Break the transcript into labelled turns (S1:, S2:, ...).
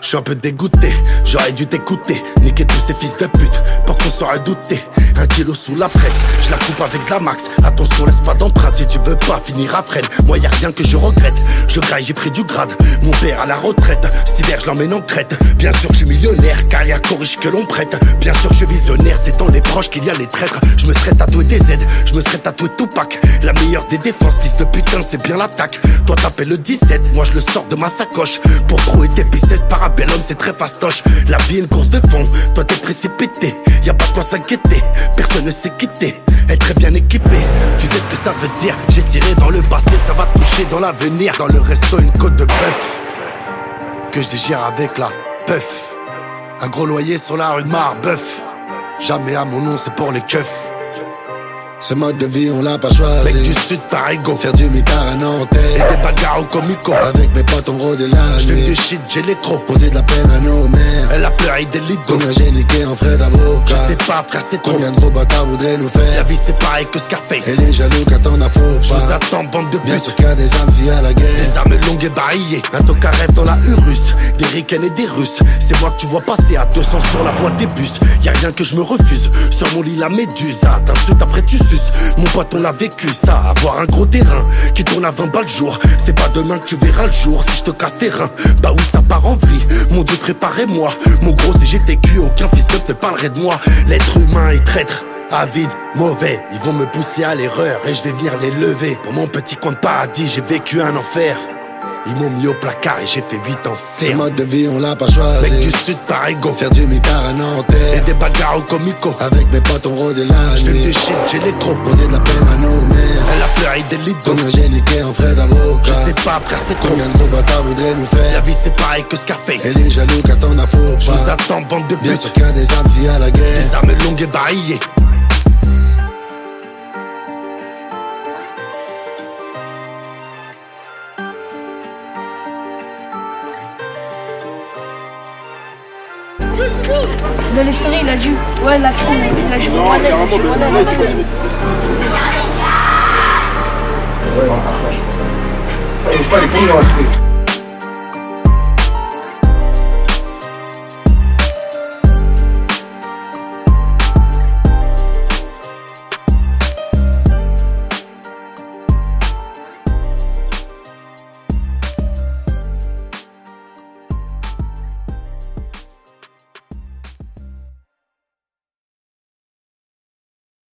S1: Je suis un peu dégoûté, j'aurais dû t'écouter. Niquer tous ces fils de pute pour qu'on soit redouté. Un kilo sous la presse, je la coupe avec de la max. Attention, laisse pas d'empreinte si tu veux pas finir à freine. Moi y a rien que je regrette. Je graille, j'ai pris du grade. Mon père à la retraite, cet hiver je l'emmène en crête. Bien sûr, je suis millionnaire, car y a qu'aux riches que l'on prête. Bien sûr, je suis visionnaire, c'est dans les proches qu'il y a les traîtres. Je me serais tatoué des aides, je me serais tatoué Tupac. La meilleure des défenses, fils de putain, c'est bien l'attaque. Toi t'appelles le 17, moi je le sors de ma sacoche. Pour trouver tes picettes par un bel homme, c'est très fastoche. La vie est une course de fond, toi t'es précipité. Y a pas de quoi s'inquiéter, personne ne s'est quitté. Être très bien équipé, tu sais ce que ça veut dire. J'ai tiré dans le passé, ça va toucher dans l'avenir. Dans le resto, une côte de bœuf que je digère avec la puff. Un gros loyer sur la rue de Marbeuf. Jamais à mon nom, c'est pour les keufs.
S2: Ce mode de vie, on l'a pas choisi.
S1: Mec du sud, Tarigo.
S2: Faire du mitard à Nanterre.
S1: Et des bagarres au comico.
S2: Avec mes potes, on rôde la
S1: J'fume
S2: nuit.
S1: du shit, j'ai l'écro.
S2: Poser de la peine à nos mères.
S1: Elle a pleuré des lidos.
S2: Combien j'ai niqué en frais d'avocat.
S1: Je sais pas, frère, c'est trop.
S2: Combien de gros bâtards voudraient nous
S1: La
S2: faire.
S1: vie, c'est pareil que Scarface.
S2: Et les jaloux quand on a faux
S1: Je vous
S2: pas.
S1: attends, bande de
S2: Bien
S1: putes.
S2: sûr qu'il y a des âmes s'il y a la guerre.
S1: Des armes longues et barillées, un tocard rêve dans la Urus, des ricaines et des Russes. C'est moi que tu vois passer à 200 sur la voie des bus. Y a rien que je me refuse. Sur mon lit la méduse, ah t'insultes après tu suces. Mon pote on l'a vécu ça, avoir un gros terrain qui tourne à 20 balles le jour. C'est pas demain que tu verras le jour si je te casse tes reins. Bah oui ça part en vrille, mon dieu préparez-moi. Mon gros si j'étais cuit, aucun fils de te parlerait de moi. L'être humain est traître. Avide, mauvais, ils vont me pousser à l'erreur et je vais venir les lever. Pour mon petit coin de paradis, j'ai vécu un enfer. Ils m'ont mis au placard et j'ai fait 8
S2: Ce
S1: enfers.
S2: mode de vie, on l'a pas
S1: Mec
S2: choisi.
S1: du sud, Tarigo.
S2: Faire du mitard à
S1: Et
S2: Nanterre.
S1: des bagarres au comico.
S2: Avec mes potes, on rôde la
S1: J'fume
S2: nuit.
S1: du shit, j'ai les crocs.
S2: Poser de la peine à nos mères.
S1: Elle a pleuré des lidos.
S2: Combien j'ai niqué en frais d'avocat.
S1: Je sais pas, frère, c'est trop.
S2: Combien de gros bâtards voudraient nous
S1: La
S2: faire.
S1: vie, c'est pareil que Scarface.
S2: Et les jaloux quand on a faux
S1: Je vous
S2: pas.
S1: attends, bande de
S2: Bien sûr
S1: putes.
S2: qu'il y a des âmes s'il y a la guerre.
S1: Des armes longues et barillées.
S3: Dans les stories, il a dit Ouais, la crème, il a dit bordel, il a dit bordel.
S4: Je pas les couilles dans la tête.